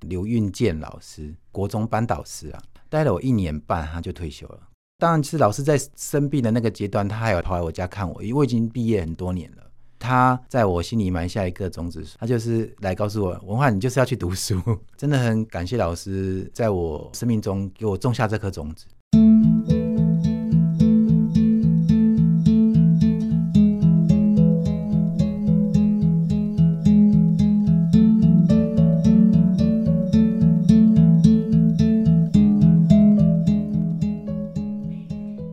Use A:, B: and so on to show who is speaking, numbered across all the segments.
A: 刘运健老师，国中班导师啊，待了我一年半，他就退休了。当然是老师在生病的那个阶段，他还有跑来我家看我，因为我已经毕业很多年了。他在我心里埋下一个种子，他就是来告诉我，文化你就是要去读书。 真的很感谢老师在我生命中给我种下这颗种子。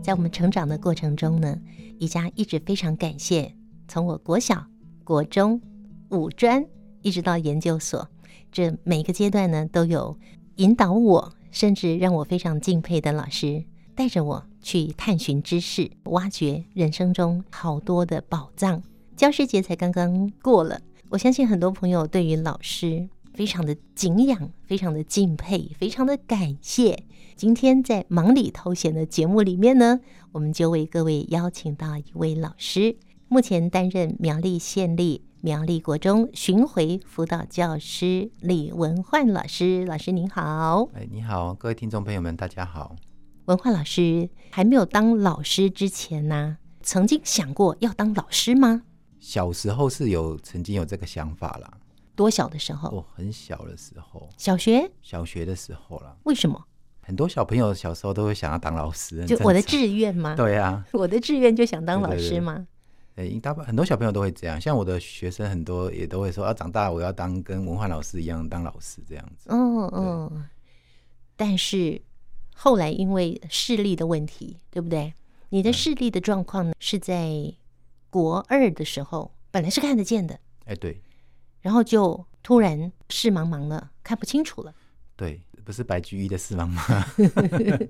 B: 在我们成长的过程中呢，宜家一直非常感谢从我国小、国中、五专一直到研究所，这每个阶段呢都有引导我，甚至让我非常敬佩的老师，带着我去探寻知识，挖掘人生中好多的宝藏。教师节才刚刚过了，我相信很多朋友对于老师非常的敬仰，非常的敬佩，非常的感谢。今天在忙里偷闲的节目里面呢，我们就为各位邀请到一位老师，目前担任苗栗县立苗栗国中巡回辅导教师李文焕老师。老师您好，
A: 哎，你好，各位听众朋友们，大家好。
B: 文焕老师还没有当老师之前呢、曾经想过要当老师吗？
A: 小时候是有曾经有这个想法啦，
B: 多小的时候？
A: 我很小的时候，
B: 小学？
A: 小学的时候啦，
B: 为什么？
A: 很多小朋友小时候都会想要当老师，很
B: 就
A: 正
B: 我的
A: 常
B: 志愿吗？
A: 对啊，
B: 我的志愿就想当老
A: 对对
B: 师
A: 对
B: 吗？
A: 呃，大部很多小朋友都会这样，像我的学生很多也都会说，啊，长大我要当跟文化老师一样当老师这样子。
B: 嗯嗯，但是后来因为视力的问题，对不对？你
A: 嗯
B: 的视力的状况呢，是在国二的时候，本来是看得见的，
A: 哎，对
B: 然后就突然视茫茫了，看不清楚了。
A: 对，不是白居易的四 郎吗？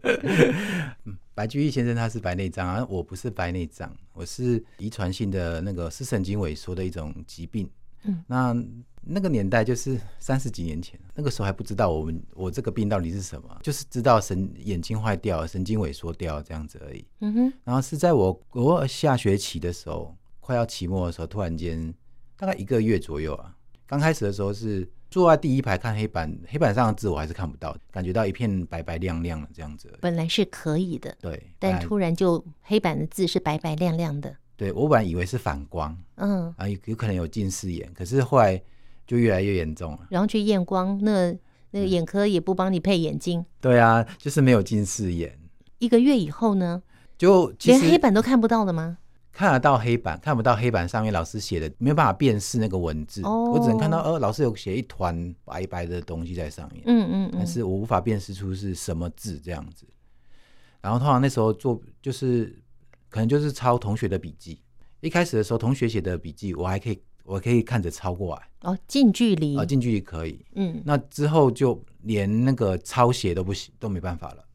A: 嗯白居易先生他是白内障啊，我不是白内障，我是遗传性的那个视神经萎缩的一种疾病。
B: 嗯，
A: 那那个年代就是三十几年前，那个时候还不知道我们我这个病到底是什么，就是知道神眼睛坏掉了，神经萎缩掉了这样子而已。
B: 嗯哼，
A: 然后是在我国二下学期的时候，快要期末的时候，突然间大概一个月左右啊，刚开始的时候是坐在第一排看黑板，黑板上的字我还是看不到，感觉到一片白白亮亮的这样子而已。
B: 本来是可以的，
A: 对，
B: 但
A: 本来
B: 突然就黑板的字是白白亮亮的。
A: 对我本来以为是反光
B: 嗯，
A: 啊，有有可能有近视眼，可是后来就越来越严重了。
B: 然后去验光，那
A: 嗯
B: 那个眼科也不帮你配眼镜。
A: 对啊，就是没有近视眼，
B: 一个月以后呢，
A: 就其
B: 连黑
A: 实
B: 板都看不到了吗？
A: 看得到黑板，看不到黑板上面老师写的，没有办法辨识那个文字，
B: 哦
A: 我只能看到呃老师有写一团白白的东西在上面。
B: 嗯嗯嗯
A: 但。是我无法辨识出是什么字这样子。然后通常那时候做就是可能就是抄同学的笔记，一开始的时候同学写的笔记我还可以我可以看着抄过来，
B: 哦，近距离。
A: 啊、近距离可以。
B: 嗯，
A: 那之后就连那个抄写都不行，都没办法了，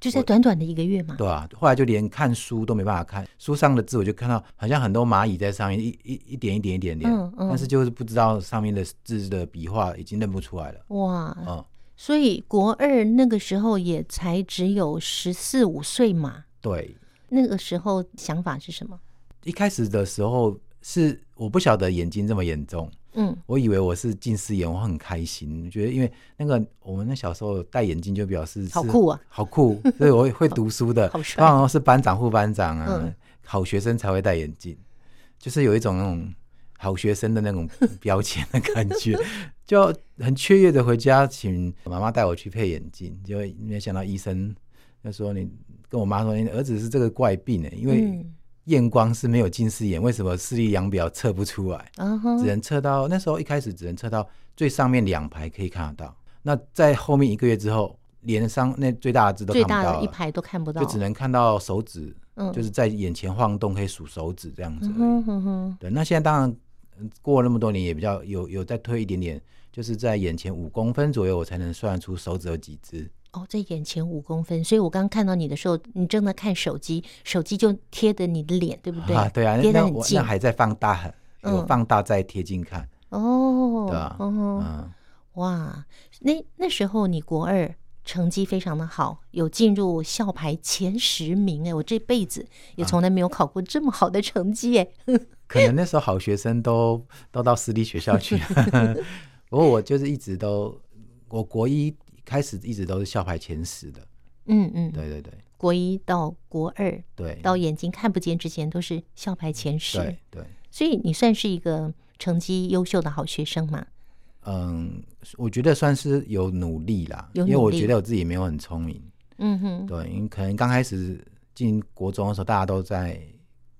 B: 就在短短的一个月嘛。
A: 对啊，后来就连看书都没办法看，书上的字我就看到好像很多蚂蚁在上面一一一点一点一点点，
B: 嗯嗯
A: 但是就是不知道上面的字的笔画已经认不出来了，
B: 哇，
A: 嗯，
B: 所以国二那个时候也才只有十四五岁嘛。
A: 对，
B: 那个时候想法是什么？
A: 一开始的时候是我不晓得眼睛这么严重，
B: 嗯
A: 我以为我是近视眼，我很开心，觉得因为那个我们那小时候戴眼镜就表示是
B: 好酷啊，
A: 好酷，所以我会会读书的，
B: 好帅
A: 通常是班长、副班长啊，
B: 嗯
A: 好学生才会戴眼镜，就是有一种那种好学生的那种标签的感 觉，就很雀跃的回家，请妈妈带我去配眼镜，就没想到医生就说你跟我妈说你儿子是这个怪病呢、欸因为。
B: 嗯，
A: 验光是没有近视眼，为什么视力量表测不出来？
B: 啊哈
A: 只，能测到那时候一开始只能测到最上面两排可以看得到，那在后面一个月之后，连上那最大的字都看
B: 最
A: 不
B: 大
A: 到
B: 的一
A: 了，
B: 排都看不到，
A: 就只能看到手指，
B: 嗯，
A: 就是在眼前晃动可以数手指这样子
B: 嗯
A: 而已。
B: 哼哼哼，
A: 对，那现在当然嗯过了那么多年，也比较有有再推一点点，就是在眼前五公分左右，我才能算出手指有几只。
B: 哦，在眼前五公分，所以我刚看到你的时候，你正在看手机，手机就贴着你的脸，对不对？
A: 啊， 对啊，那
B: 贴嗯得
A: 那
B: 很
A: 我
B: 近
A: 那还在放大很，有
B: 嗯
A: 放大再贴近看，
B: 哦，
A: 对啊
B: 嗯哼
A: 嗯。
B: 哇，那那时候你国二成绩非常的好，有进入校排前十名哎，我这辈子也
A: 啊
B: 从来没有考过这么好的成绩哎。
A: 可能那时候 好学生都都到私立学校去，不过我就是一直都我国一开始一直都是校排前十的，
B: 嗯嗯，
A: 对嗯对对
B: 国一到国二
A: 对，
B: 到眼睛看不见之前都是校排前十
A: 对，对，
B: 所以你算是一个成绩优秀的好学生嘛？
A: 嗯，我觉得算是有努力啦，
B: 有
A: 因为
B: 努
A: 我
B: 力
A: 觉得我自己没有很聪明，
B: 嗯哼，
A: 对，因为可能刚开始进国中的时候，大家都在，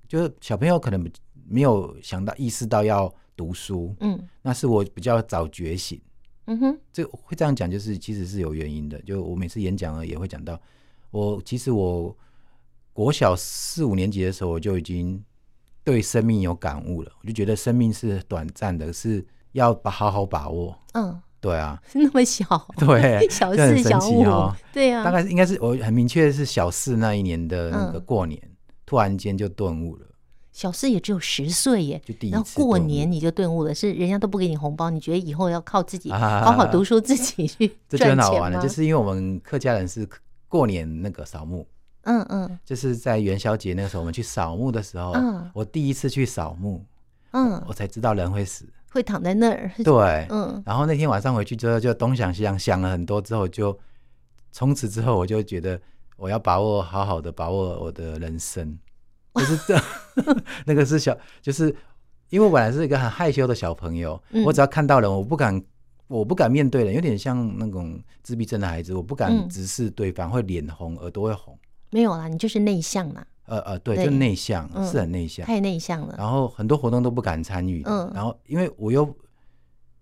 A: 就是小朋友可能没有想到意识到要读书，
B: 嗯
A: 那是我比较早觉醒。
B: 嗯哼，
A: 这会这样讲，就是其实是有原因的。就我每次演讲呢，也会讲到，我其实我国小四五年级的时候，我就已经对生命有感悟了。我就觉得生命是短暂的，是要把好好把握。
B: 嗯，
A: 对啊，
B: 那么小，，
A: 对
B: 小
A: 这很
B: 四
A: 神
B: 小
A: 奇
B: 五，
A: 哦
B: 对啊，
A: 大概应该是我很明确是小四那一年的那个
B: 嗯
A: 过年，突然间就顿悟了，
B: 小四也只有十岁耶。
A: 就第一
B: 然后
A: 次
B: 过
A: 顿悟
B: 年你就顿悟了，是人家都不给你红包，你觉得以后要靠自己
A: 啊
B: 好好读书，自己去
A: 这就
B: 赚
A: 很好
B: 钱
A: 玩
B: 吗？
A: 了，就是因为我们客家人是过年那个扫墓，
B: 嗯嗯
A: 就是在元宵节那个时候我们去扫墓的时候，
B: 嗯
A: 我第一次去扫墓，
B: 嗯，
A: 我才知道人会死。
B: 会躺在那儿，
A: 对，
B: 嗯
A: 然后那天晚上回去之后就东想西想，想了很多之后就，从此之后我就觉得我要把握好好的把握我的人生，就是 这 那个是小，就是因为我本来是一个很害羞的小朋友，
B: 嗯
A: 我只要看到人，我不敢。我不敢面对人，有点像那种自闭症的孩子，我不敢
B: 嗯
A: 直视对方，会脸红，耳朵会红，
B: 没有啦，你就是内向啦，
A: 呃呃，对，
B: 对
A: 就内向，
B: 嗯
A: 是很内向。
B: 太内向了。
A: 然后很多活动都不敢参与的。
B: 嗯
A: 然后因为我又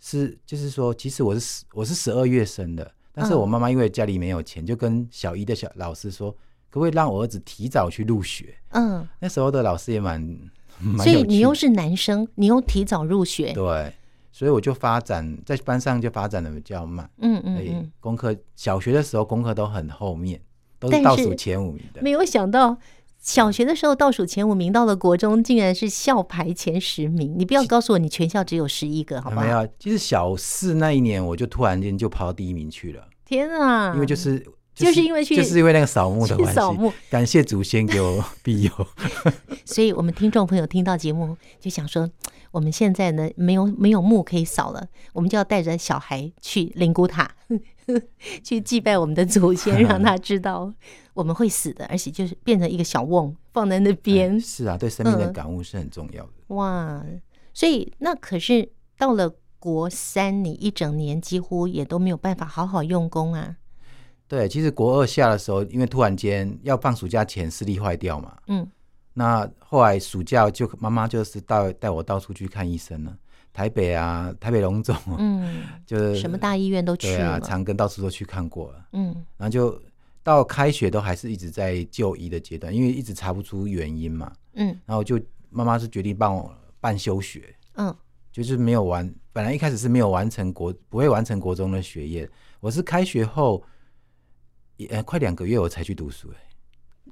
A: 是就是说，其实我是十我是十二月生的，但是
B: 嗯
A: 我妈妈因为家里没有钱，就跟小一的小老师说，可不可以让我儿子提早去入学？
B: 嗯，
A: 那时候的老师也蛮蛮
B: 所
A: 有
B: 以
A: 趣的
B: 你又是男生，你又提早入学，
A: 对，所以我就发展在班上就发展的比较慢，
B: 嗯
A: 所以
B: 嗯
A: 功课小学的时候功课都很后面，都
B: 但
A: 是
B: 是
A: 倒数前五名的
B: 嗯，。没有想到。小学的时候倒数前五名，到了国中竟然是校排前十名。你不要告诉我你全校只有十一个，好不
A: 没
B: 好？
A: 有，其实小四那一年我就突然间就跑到第一名去了。
B: 天啊！
A: 因为就是
B: 就是因为去
A: 就是因为那个扫墓的
B: 去
A: 关
B: 扫
A: 系，
B: 墓，
A: 感谢祖先给我庇佑。
B: 所以我们听众朋友听到节目就想说，我们现在呢没有没有墓可以扫了，我们就要带着小孩去灵骨塔 去祭拜我们的祖
A: 嗯
B: 先，让他知道我们会死的，而且就是变成一个小瓮放在那边
A: 嗯， 是啊，对生命的
B: 嗯
A: 感悟是很重要的。
B: 哇！所以那可是到了国三，你一整年几乎也都没有办法好好用功啊。
A: 对，其实国二下的时候，因为突然间要放暑假前视力坏掉嘛，
B: 嗯
A: 那后来暑假就妈妈就是带带我到处去看医生了，台北啊，台北龙总、啊，
B: 嗯，
A: 就是
B: 什么大医院都去
A: 对啊，
B: 了，
A: 长庚到处都去看过了，
B: 嗯
A: 然后就到开学都还是一直在就医的阶段，因为一直查不出原因嘛，
B: 嗯
A: 然后就妈妈是决定帮我办休学，
B: 嗯
A: 就是没有完，本来一开始是没有完成国不会完成国中的学业，我是开学后，也呃快两个月我才去读书、欸，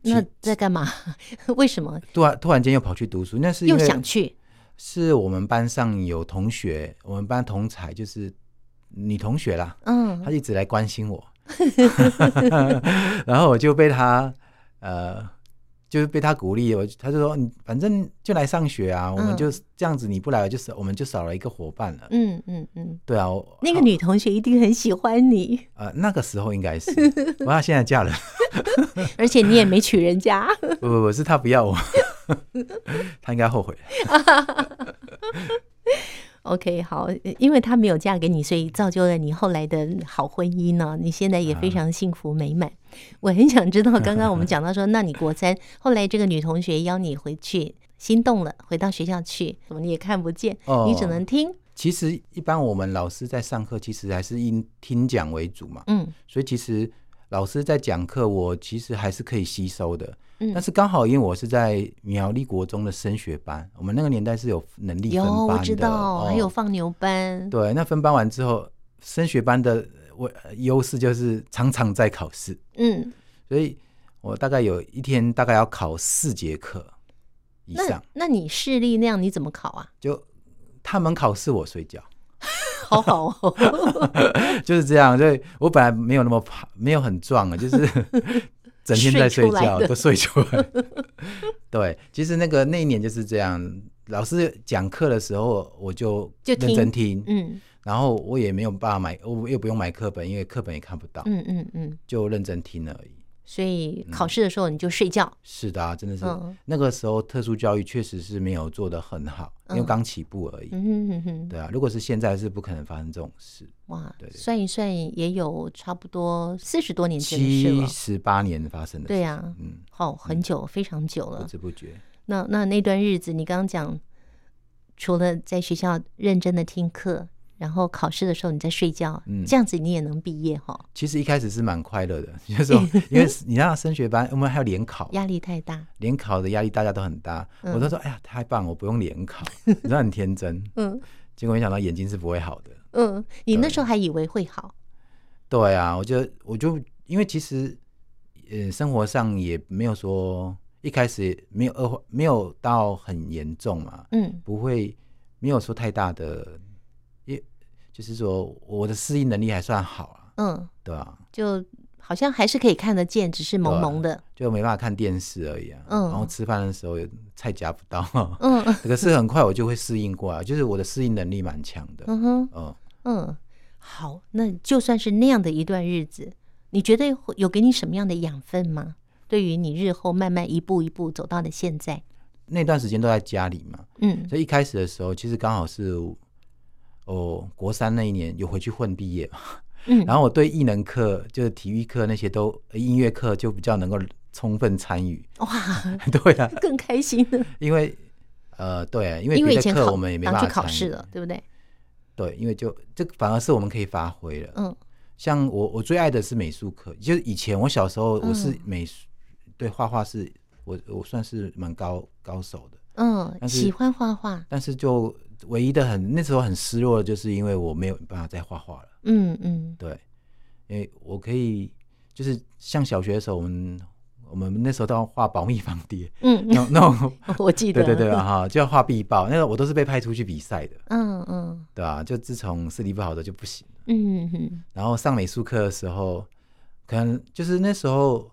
B: 那在干嘛？ 为什么
A: 突然突然间又跑去读书，那是因
B: 又
A: 为
B: 想去？
A: 是我们班上有同学，我们班同才就是女同学啦，
B: 嗯
A: 她一直来关心我， 然后我就被她呃。就是被她鼓励，我她就说你反正就来上学啊，我们
B: 嗯
A: 就这样子，你不来我就少，我们就少了一个伙伴了。
B: 嗯嗯嗯，
A: 对啊，我
B: 那个女同学一定很喜 欢你，
A: 呃，那个时候应该是，我要现在嫁人，
B: 而且你也没娶人家。
A: 不不不是他不要我， 他应该后悔了。
B: OK，好，因为她没有嫁给你，所以造就了你后来的好婚姻呢、你现在也非常幸福美满。
A: 啊
B: 我很想知道，刚刚我们讲到说，那你国三后来这个女同学邀你回去，心动了，回到学校去，怎么你也看不见，
A: 哦
B: 你只能听。
A: 其实一般我们老师在上课，其实还是以听讲为主嘛，
B: 嗯
A: 所以其实老师在讲课，我其实还是可以吸收的。
B: 嗯
A: 但是刚好因为我是在苗栗国中的升学班，我们那个年代是有能力分
B: 有
A: 班的，
B: 哎我知道，
A: 哦
B: 还有放牛班。
A: 对，那分班完之后，升学班的我优势就是常常在考试，
B: 嗯，
A: 所以我大概有一天大概要考四节课以
B: 那
A: 上，
B: 那你视力那样你怎么考啊？
A: 就他们考试我睡觉，
B: 好好 哦，
A: 就是这样。所以我本来没有那么胖，没有很壮啊，就是 整天在睡
B: 睡出来
A: 觉
B: 的
A: 都睡出来。 对，其实那个那一年就是这样，老师讲课的时候我就
B: 就
A: 认
B: 听
A: 真听，
B: 嗯
A: 然后我也没有办法买，我也不用买课本，因为课本也看不到，
B: 嗯嗯嗯，
A: 就认真听了而已。
B: 所以
A: 嗯
B: 考试的时候你就睡觉，
A: 是的、啊，真的是、
B: 嗯
A: 那个时候特殊教育确实是没有做得很好，因为
B: 嗯
A: 刚起步而已。
B: 嗯哼哼哼，
A: 对啊，如果是现在是不可能发生这种事，
B: 哇
A: 对，对
B: 算一算也有差不多四十多年前的事
A: 七
B: 了，
A: 十八年发生的事
B: 对
A: 情，
B: 啊
A: 嗯，
B: 好、很久，非常久
A: 不
B: 了。
A: 知不觉，
B: 那那那段日子，你刚刚讲，除了在学校认真的听课，然后考试的时候你在睡觉，
A: 嗯
B: 这样子你也能毕业哈？
A: 其实一开始是蛮快乐的， 就是说
B: 嗯
A: 因为你让升学班，我们还有联考，
B: 压力太大，
A: 联考的压力大家都很大，
B: 嗯
A: 我都说哎呀太棒，我不用联考，你知道很天真，
B: 嗯
A: 结果没想到眼睛是不会好的。
B: 嗯，你那
A: 对
B: 时候还以为会好，
A: 对啊，我就我就因为其实，呃，生活上也没有说一开始也没有恶化，没有到很严重嘛，
B: 嗯
A: 不会没有说太大的，也就是说我的适应能力还算好啊，
B: 嗯，
A: 对啊，
B: 就好像还是可以看得见，只是蒙蒙的，
A: 就没办法看电视而已啊，
B: 嗯
A: 然后吃饭的时候也菜夹不到，
B: 嗯
A: 可是很快我就会适应过来，就是我的适应能力蛮强的，
B: 嗯哼
A: 嗯，
B: 嗯，好，那就算是那样的一段日子，你觉得会有给你什么样的养分吗？对于你日后慢慢一步一步走到的现在，
A: 那段时间都在家里嘛，
B: 嗯
A: 所以一开始的时候，其实刚好是哦，国三那一年有回去混毕 业嘛，
B: 嗯
A: 然后我对艺能课、就是体育课那些都呃音乐课就比较能够充分参与。
B: 哇，
A: 对啊，
B: 更开心了，
A: 因为呃，对 啊，因为
B: 因为
A: 别
B: 以
A: 的
B: 前
A: 课
B: 考
A: 我们也没
B: 拿
A: 办法
B: 去考
A: 参与
B: 试了，。对不对？
A: 对，因为就这个反而是我们可以发挥了。
B: 嗯
A: 像我我最爱的是美术课，就是以前我小时候我是
B: 嗯
A: 美术、对画画是我我算是蛮高高手的，
B: 嗯，
A: 但是
B: 喜欢画画，
A: 但是就唯一的很那时候很失落的就是因为我没有办法再画画了。
B: 嗯嗯
A: 对，因为我可以就是像小学的时候，我们我们那时候都要画保密防 谍，
B: 嗯，
A: 那种那种
B: 我记
A: 对
B: 得，
A: 对对啊，哈，就要画壁报，那个我都是被派出去比赛的，
B: 嗯嗯
A: 对吧、就自从视力不好的就不行，
B: 嗯嗯
A: 然后上美术课的时候，可能就是那时候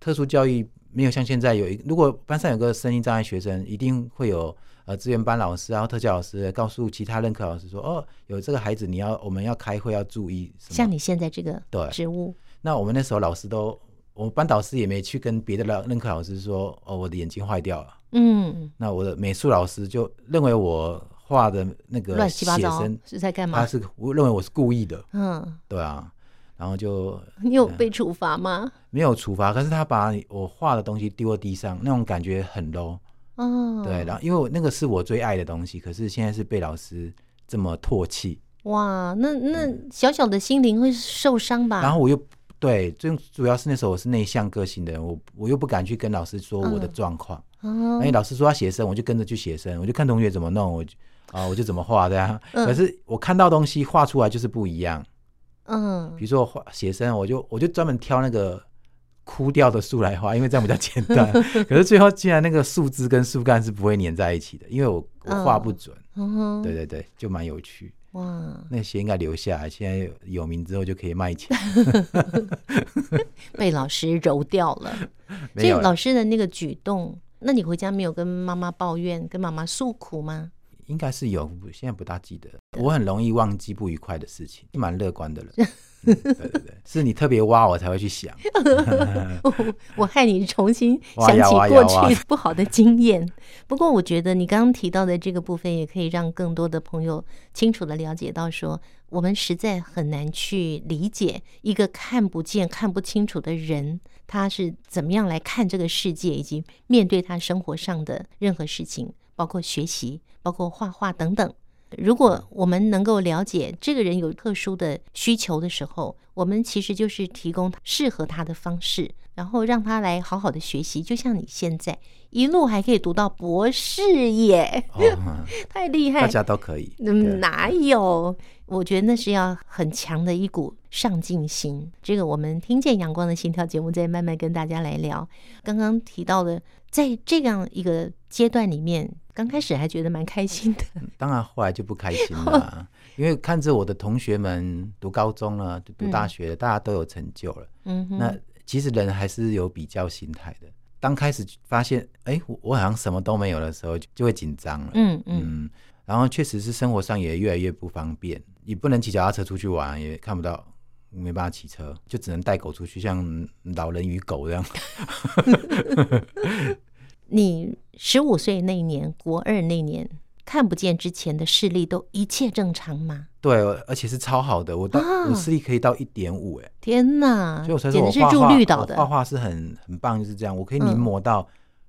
A: 特殊教育。没有像现在有一，如果班上有个声音障碍学生，一定会有呃资源班老师啊、或特教老师告诉其他任课老师说，哦，有这个孩子，你要我们要开会要注意什么。
B: 像你现在这个
A: 对
B: 职务，
A: 那我们那时候老师都，我们班导师也没去跟别的老任课老师说，哦，我的眼睛坏掉了。
B: 嗯，
A: 那我的美术老师就认为我画的那个
B: 乱七
A: 写
B: 八糟
A: 生，
B: 是在干
A: 他
B: 嘛？
A: 是我认为我是故意的，
B: 嗯，
A: 对啊，然后就
B: 你有被处罚吗？
A: 没有处罚，可是他把我画的东西丢到地上，那种感觉很 low，
B: 哦，
A: 对，然后因为我那个是我最爱的东西，可是现在是被老师这么唾弃，
B: 哇，那那小小的心灵会受伤吧？
A: 嗯然后我又。对，最主要是那时候我是内向个性的人，我我又不敢去跟老师说我的
B: 嗯
A: 状况，
B: 哦，
A: 那你老师说要写生，我就跟着去写生，我就看同学怎么弄，我就啊、我就怎么画的啊。
B: 嗯
A: 可是我看到东西画出来就是不一样，
B: 嗯
A: 比如说我画写生，我就我就专门挑那个枯掉的树来画，因为这样比较简 单。可是最后竟然那个树枝跟树干是不会粘在一起的，因为我我画不准。
B: 嗯，
A: 对，对对，就蛮有趣。
B: 哇，
A: 那些应该留下来，现在有名之后就可以卖 钱。
B: 被老师揉掉了，所
A: 没
B: 以
A: 有啦，
B: 老师的那个举动，那你回家没有跟妈妈抱怨，跟妈妈诉苦吗？
A: 应该是有，不现在不大记得。我很容易忘记不愉快的事情，蛮乐观的人。嗯对对对，是你特别挖我才会去想。
B: 我害你重新
A: 哇
B: 想
A: 呀
B: 起
A: 哇呀
B: 过
A: 哇
B: 去
A: 呀
B: 不好的经验。 不过，我觉得你刚刚提到的这个部分，也可以让更多的朋友清楚的了解到说我们实在很难去理解一个看不见、看不清楚的人，他是怎么样来看这个世界，以及面对他生活上的任何事情，包括学习、包括画画等等。如果我们能够了解这个人有特殊的需求的时候，我们其实就是提供适合他的方式，然后让他来好好的学习。就像你现在一路还可以读到博士 耶，
A: 哦， 嗯
B: 太厉害
A: 大！家都可以。对
B: 嗯，哪有？我觉得那是要很强的一股上进心。这个我们听见阳光的心跳节目再慢慢跟大家来聊。刚刚提到的，在这样一个阶段里面，刚开始还觉得蛮开心的。
A: 当然后来就不开心了 啊，因为看着我的同学们读高中了、读大学了，大家都有成就了。
B: 嗯哼，
A: 那其实人还是有比较心态的。当开始发现，哎，我我好像什么都没有的时候，就就会紧张了。
B: 嗯嗯。
A: 嗯，然后确实是生活上也越来越不方便，也不能骑脚踏车出去玩，也看不到，没办法骑车，就只能带狗出去，像老人与狗这样。
B: 你十五岁那一年，国二那年，看不见之前的视力都一切正常吗？
A: 对，而且是超好的，我到、
B: 啊
A: 我视力可以到一点五，哎，
B: 天哪，
A: 所以我才说
B: 啊简
A: 我
B: 直是
A: 画
B: 住
A: 画
B: 绿岛
A: 我
B: 的
A: 画画是很很棒，就是这样，我可以
B: 嗯
A: 临摹到、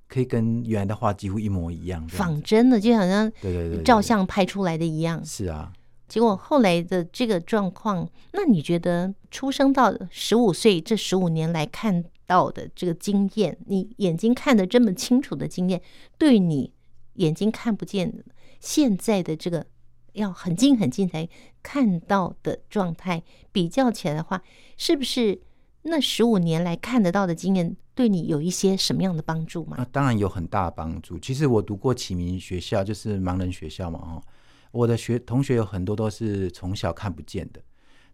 A: 可以跟原来的画几乎一模一样这样
B: 仿
A: 子。
B: 真的，就好像
A: 对对对对对
B: 照相拍出来的一样。
A: 是啊，
B: 结果后来的这个状况，那你觉得出生到十五岁这十五年来看到的这个经验，你眼睛看得这么清楚的经验，对你眼睛看不见现在的这个要很近很近才看到的状态比较起来的话，是不是那十五年来看得到的经验对你有一些什么样的帮助
A: 那
B: 吗？
A: 啊当然有很大的帮助。其实我读过启明学校，就是盲人学校嘛，哦，我的学同学有很多都是从小看不见的。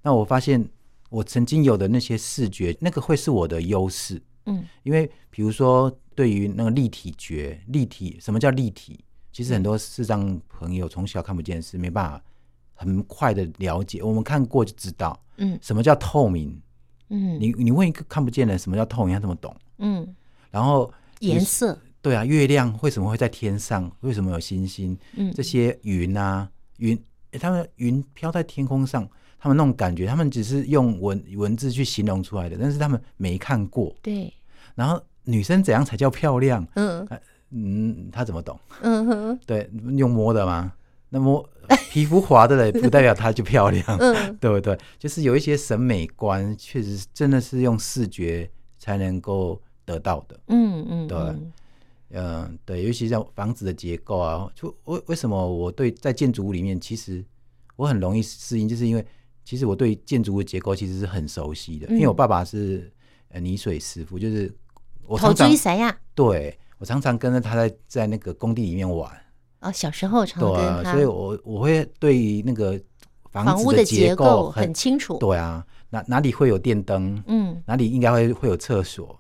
A: 那我发现我曾经有的那些视觉，那个会是我的优势，
B: 嗯
A: 因为比如说对于那个立体觉，立体什么叫立体？其实很多视障朋友从小看不见是没办法很快的了解，我们看过就知道
B: 嗯
A: 什么叫透明。
B: 嗯
A: 你你问一个看不见的人什么叫透明，他怎么懂？
B: 嗯，
A: 然后
B: 颜色，
A: 对啊，月亮为什么会在天上？为什么有星星？
B: 嗯
A: 这些云啊，云，诶他们云飘在天空上，他们那种感觉，他们只是用文文字去形容出来的，但是他们没看过。
B: 对，
A: 然后女生怎样才叫漂亮？
B: 嗯
A: 嗯，他怎么懂？
B: 嗯哼
A: 对，用摸的吗？那摸皮肤滑的人，不代表她就漂亮，
B: 嗯。
A: 对不对？就是有一些审美观，确实真的是用视觉才能够得到的。
B: 嗯嗯，
A: 对
B: 嗯
A: 嗯，对，尤其像房子的结构啊，就为为什么我对在建筑物里面，其实我很容易适应，就是因为其实我对建筑物结构其实是很熟悉的，
B: 嗯
A: 因为我爸爸是呃泥水师傅，就是我
B: 头
A: 常常
B: 锥塞呀，
A: 对我常常跟着他在在那个工地里面玩，
B: 哦，小时候常
A: 对
B: 哦跟
A: 啊，
B: 他
A: 所以我我会对于那个
B: 房
A: 房
B: 屋
A: 子的
B: 结
A: 构
B: 构很清楚，
A: 对啊，哪哪里会有电灯，
B: 嗯
A: 哪里应该会会有厕所，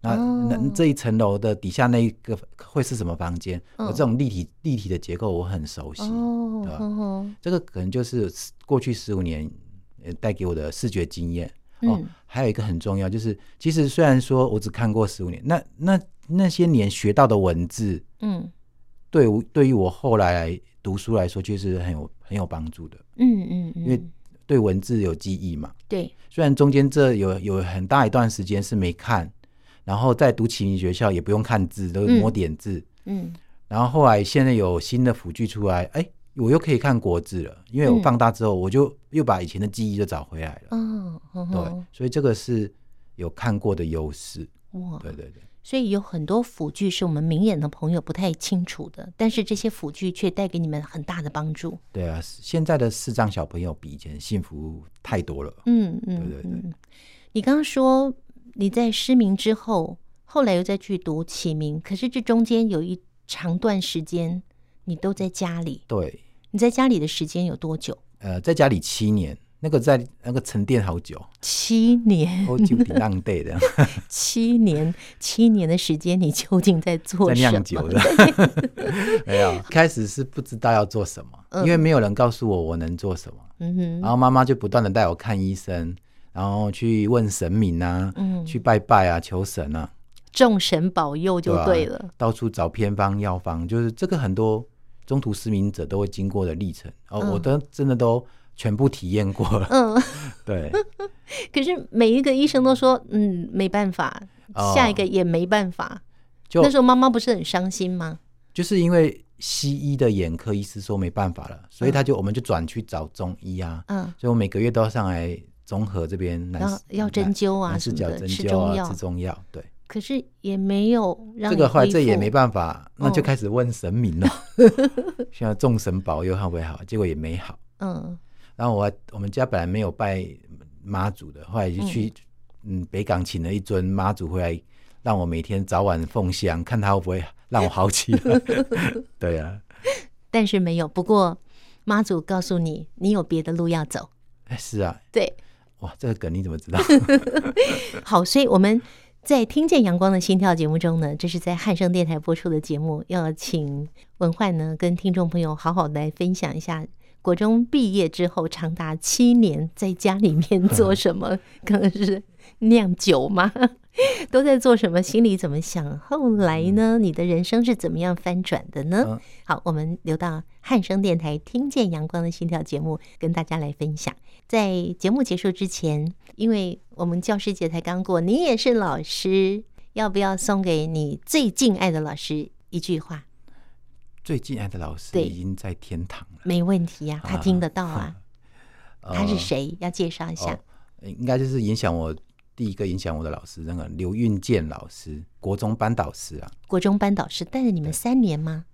A: 那、
B: 哦
A: 那这一层楼的底下那一个会是什么房间？
B: 嗯
A: 我这种立体立体的结构我很熟悉，
B: 哦
A: 对啊
B: 哼哼
A: 这个可能就是过去十五年呃带给我的视觉经验。哦
B: 嗯，
A: 还有一个很重要，就是其实虽然说我只看过十五年，那那那些年学到的文字，
B: 嗯
A: 对我对于我后来读书来说，确实很有很有帮助的，
B: 嗯嗯
A: 因为
B: 嗯，
A: 对文字有记忆嘛。
B: 对，
A: 虽然中间这有有很大一段时间是没看，然后在读启明学校也不用看字，都是摸点字。
B: 嗯
A: 然后后来现在有新的辅具出来，哎，我又可以看国字了，因为我
B: 嗯
A: 放大之后，我就又把以前的记忆就找回来了。
B: 哦，哼
A: 对
B: 哼，
A: 所以这个是有看过的优势。
B: 哇，
A: 对对对，
B: 所以有很多辅具是我们明眼的朋友不太清楚的，但是这些辅具却带给你们很大的帮助。
A: 对啊，现在的视障小朋友比以前幸福太多了。
B: 嗯嗯
A: 对对
B: 嗯，你刚刚说你在失明之后，后来又再去读启明，可是这中间有一长段时间你都在家里，
A: 对，
B: 你在家里的时间有多久？
A: 呃，在家里七年，那个在那个沉淀好 久，
B: 七年，
A: 我就挺浪费的。
B: 七年，七年的时间，你究竟在做
A: 在
B: 什
A: 酿
B: 么？
A: 酒的， 没有。开始是不知道要做什么，因为没有人告诉我我能做什么。
B: 嗯
A: 然后妈妈就不断的带我看医生，然后去问神明啊，
B: 嗯
A: 去拜拜啊，求神啊，
B: 哼，众神保佑就
A: 吧
B: 对了。
A: 到处找偏方药方，就是这个很多中途失明者都会经过的历程。哦，
B: 嗯
A: 我都真的都全部体验过了。
B: 嗯，
A: 对，
B: 可是每一个医生都说，嗯，没办法，
A: 哦
B: 下一个也没办法。
A: 就
B: 那时候妈妈不是很伤心吗？
A: 就是因为西医的眼科医师说没办法了，所以他就、我们就转去找中医啊。
B: 嗯，
A: 所以我每个月都要上来综合这边南
B: 然后要针灸啊
A: 南视
B: 什么
A: 角
B: 的
A: 针
B: 吃
A: 灸
B: 中
A: 啊，
B: 药
A: 吃中药。对，
B: 可是也没有让
A: 这
B: 你
A: 个后来
B: 恢
A: 这也
B: 复
A: 没办法，那就
B: 嗯
A: 开始问神明 了。现在众神保佑会不会好？结果也没好。
B: 嗯
A: 然后我还我们家本来没有拜妈祖的，后来就去嗯北港请了一尊妈祖回来，让我每天早晚奉香，看他会不会让我好起 来。对啊，
B: 但是没有。不过妈祖告诉你，你有别的路要走。
A: 哎是啊，
B: 对，
A: 哇，这个梗你怎么知道？
B: 好，所以我们在《听见阳光的心跳》节目中呢，这是在汉声电台播出的节目，要请文焕呢跟听众朋友好好来分享一下。国中毕业之后，长达七年在家里面做什么？可能是酿酒吗？ 都在做什么？心里怎么想？后来呢？你的人生是怎么样翻转的呢
A: 嗯？
B: 好，我们留到汉声电台《听见阳光的心跳》节目跟大家来分享。在节目结束之前，因为我们教师节才刚过，你也是老师，要不要送给你最敬爱的老师一句话？
A: 最敬爱的老师
B: 对
A: 已经在天堂了。
B: 没问题呀、他
A: 啊
B: 听得到 啊。
A: 呃
B: 他是谁？要介绍一
A: 哦
B: 下。
A: 应该就是影响我第一个影响我的老师，那个刘运健老师，国中班导师啊，
B: 国中班导师带了你们三年吗？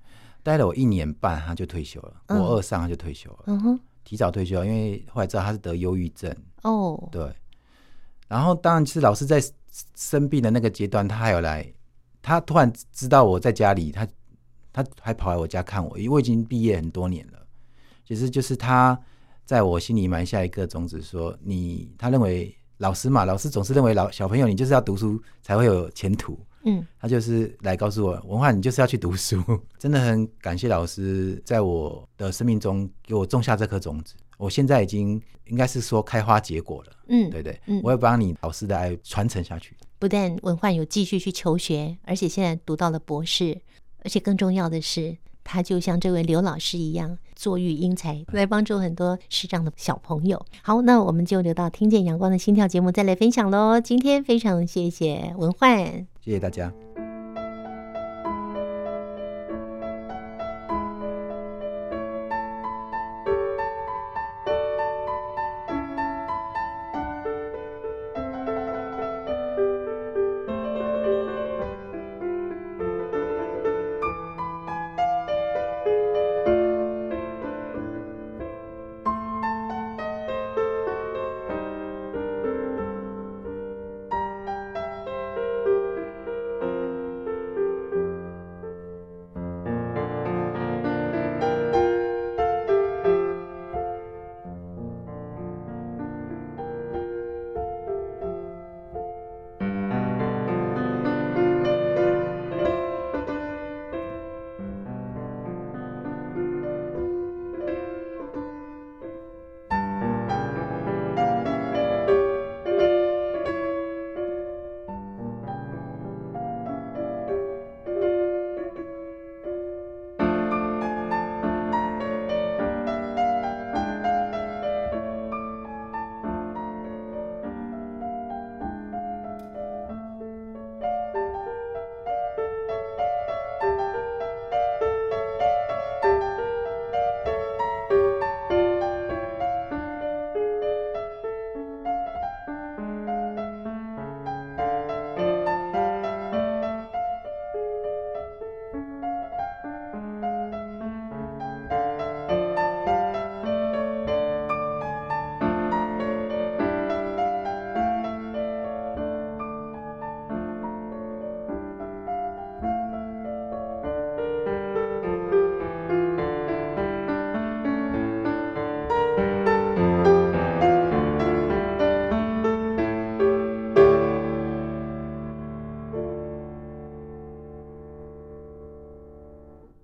A: 待了我一年半，他就退休了。
B: 嗯
A: 我二上他就退休了，
B: 嗯哼，
A: 提早退休了，因为后来知道他是得忧郁症，
B: 哦，
A: 对。然后当然是老师在生病的那个阶段，他还有来，他突然知道我在家里，他他还跑来我家看我，因为我已经毕业很多年了。其实就是他在我心里埋下一个种子说你他认为老师嘛，老师总是认为老小朋友你就是要读书才会有前途，
B: 嗯，
A: 他就是来告诉我，文化你就是要去读书， 真的很感谢老师在我的生命中给我种下这颗种子。我现在已经应该是说开花结果了，
B: 嗯，
A: 对不对？
B: 嗯
A: 我会把你老师的爱传承下去。
B: 不但文焕有继续去求学，而且现在读到了博士，而且更重要的是，他就像这位刘老师一样，坐育英才，来帮助很多视障的小朋友。好，那我们就留到听见阳光的心跳节目再来分享喽。今天非常谢谢文焕。
A: 谢谢大家。